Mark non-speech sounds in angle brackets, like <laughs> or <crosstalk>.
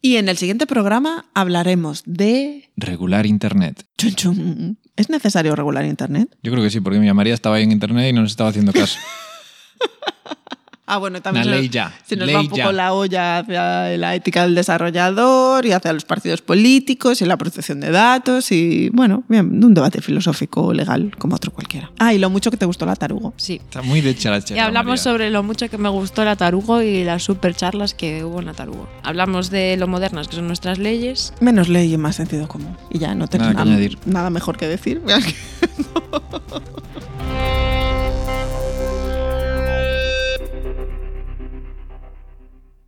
Y en el siguiente programa hablaremos de... Regular Internet. Chun, chun. ¿Es necesario regular Internet? Yo creo que sí, porque mi María estaba ahí en Internet y no nos estaba haciendo caso. Ah, bueno, Una también se ley nos- ya. se nos ley va un poco ya. la olla hacia la ética del desarrollador y hacia los partidos políticos y la protección de datos y, bueno, bien, un debate filosófico o legal como otro cualquiera. Ah, y lo mucho que te gustó la tarugo. Sí. Está muy de charache. Y hablamos sobre lo mucho que me gustó la Tarugo y las super charlas que hubo en la Tarugo. Hablamos de lo modernas que son nuestras leyes. Menos ley y más sentido común. Y ya no tengo Nada que nada, <laughs> añadir. nada mejor que decir.